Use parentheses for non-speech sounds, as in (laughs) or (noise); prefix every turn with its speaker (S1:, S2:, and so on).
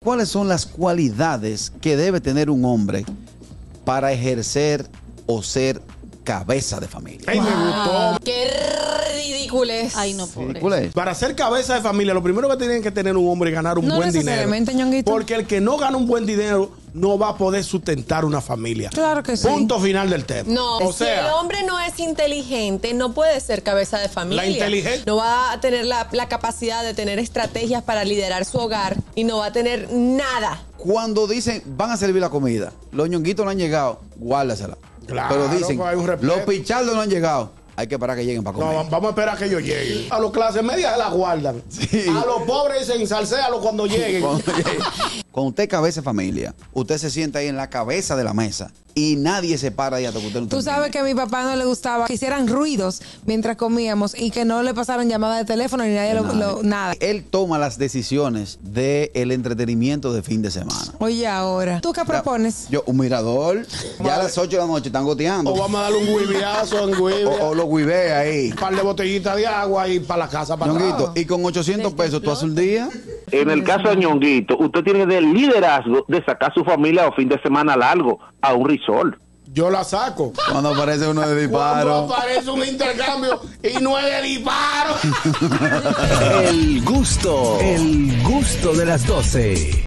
S1: ¿Cuáles son las cualidades que debe tener un hombre para ejercer o ser cabeza de familia?
S2: Ay, me
S3: Ah,
S2: gustó.
S3: ¡Qué ridiculez!
S4: Ay, no, pobre.
S1: ¿Cuál es?
S2: Para ser cabeza de familia, lo primero que tienen que tener un hombre es ganar un
S4: No
S2: buen dinero.
S4: necesariamente, Ñonguito.
S2: Porque el que no gana un buen dinero no va a poder sustentar una familia.
S4: Claro que sí.
S2: Punto final del tema.
S3: No,
S2: o
S3: si el
S2: sea,
S3: hombre no es inteligente, no puede ser cabeza de familia.
S2: La inteligen-
S3: No va a tener la, la capacidad de tener estrategias para liderar su hogar y no va a tener nada.
S1: Cuando dicen van a servir la comida, los ñonguitos no han llegado, guárdasela.
S2: Claro,
S1: Pero dicen,
S2: pues hay un respeto.
S1: los pichardos no han llegado, hay que parar que lleguen para
S2: no,
S1: comer.
S2: vamos a esperar a que yo llegue. A los clases medias se la guardan.
S1: Sí.
S2: A los pobres dicen salséalo cuando (laughs) lleguen.
S1: Cuando llegue- Cuando usted cabeza de familia, usted se sienta ahí en la cabeza de la mesa y nadie se para ahí hasta que usted no
S4: Tú
S1: termine.
S4: sabes que a mi papá no le gustaba que hicieran ruidos mientras comíamos y que no le pasaran llamadas de teléfono ni nadie lo, lo- nada.
S1: Él toma las decisiones del entretenimiento de fin de semana.
S4: Oye, ahora, ¿tú qué propones?
S1: Yo, un mirador, ya a las 8 de la noche están goteando.
S2: o
S1: O,
S2: vamos a darle un huiviazo en huivia.
S1: o lo guibé ahí.
S2: Un par de botellitas de agua y para la casa para
S1: Ñonguito, y con 800 pesos tú haces un día.
S5: En el caso de Ñonguito, usted tiene el liderazgo de sacar a su familia a fin de semana largo a un resort.
S2: Yo la saco.
S1: Cuando aparece uno de disparo.
S2: Cuando aparece un intercambio y no es de (laughs) disparo.
S6: El gusto, el gusto de las 12.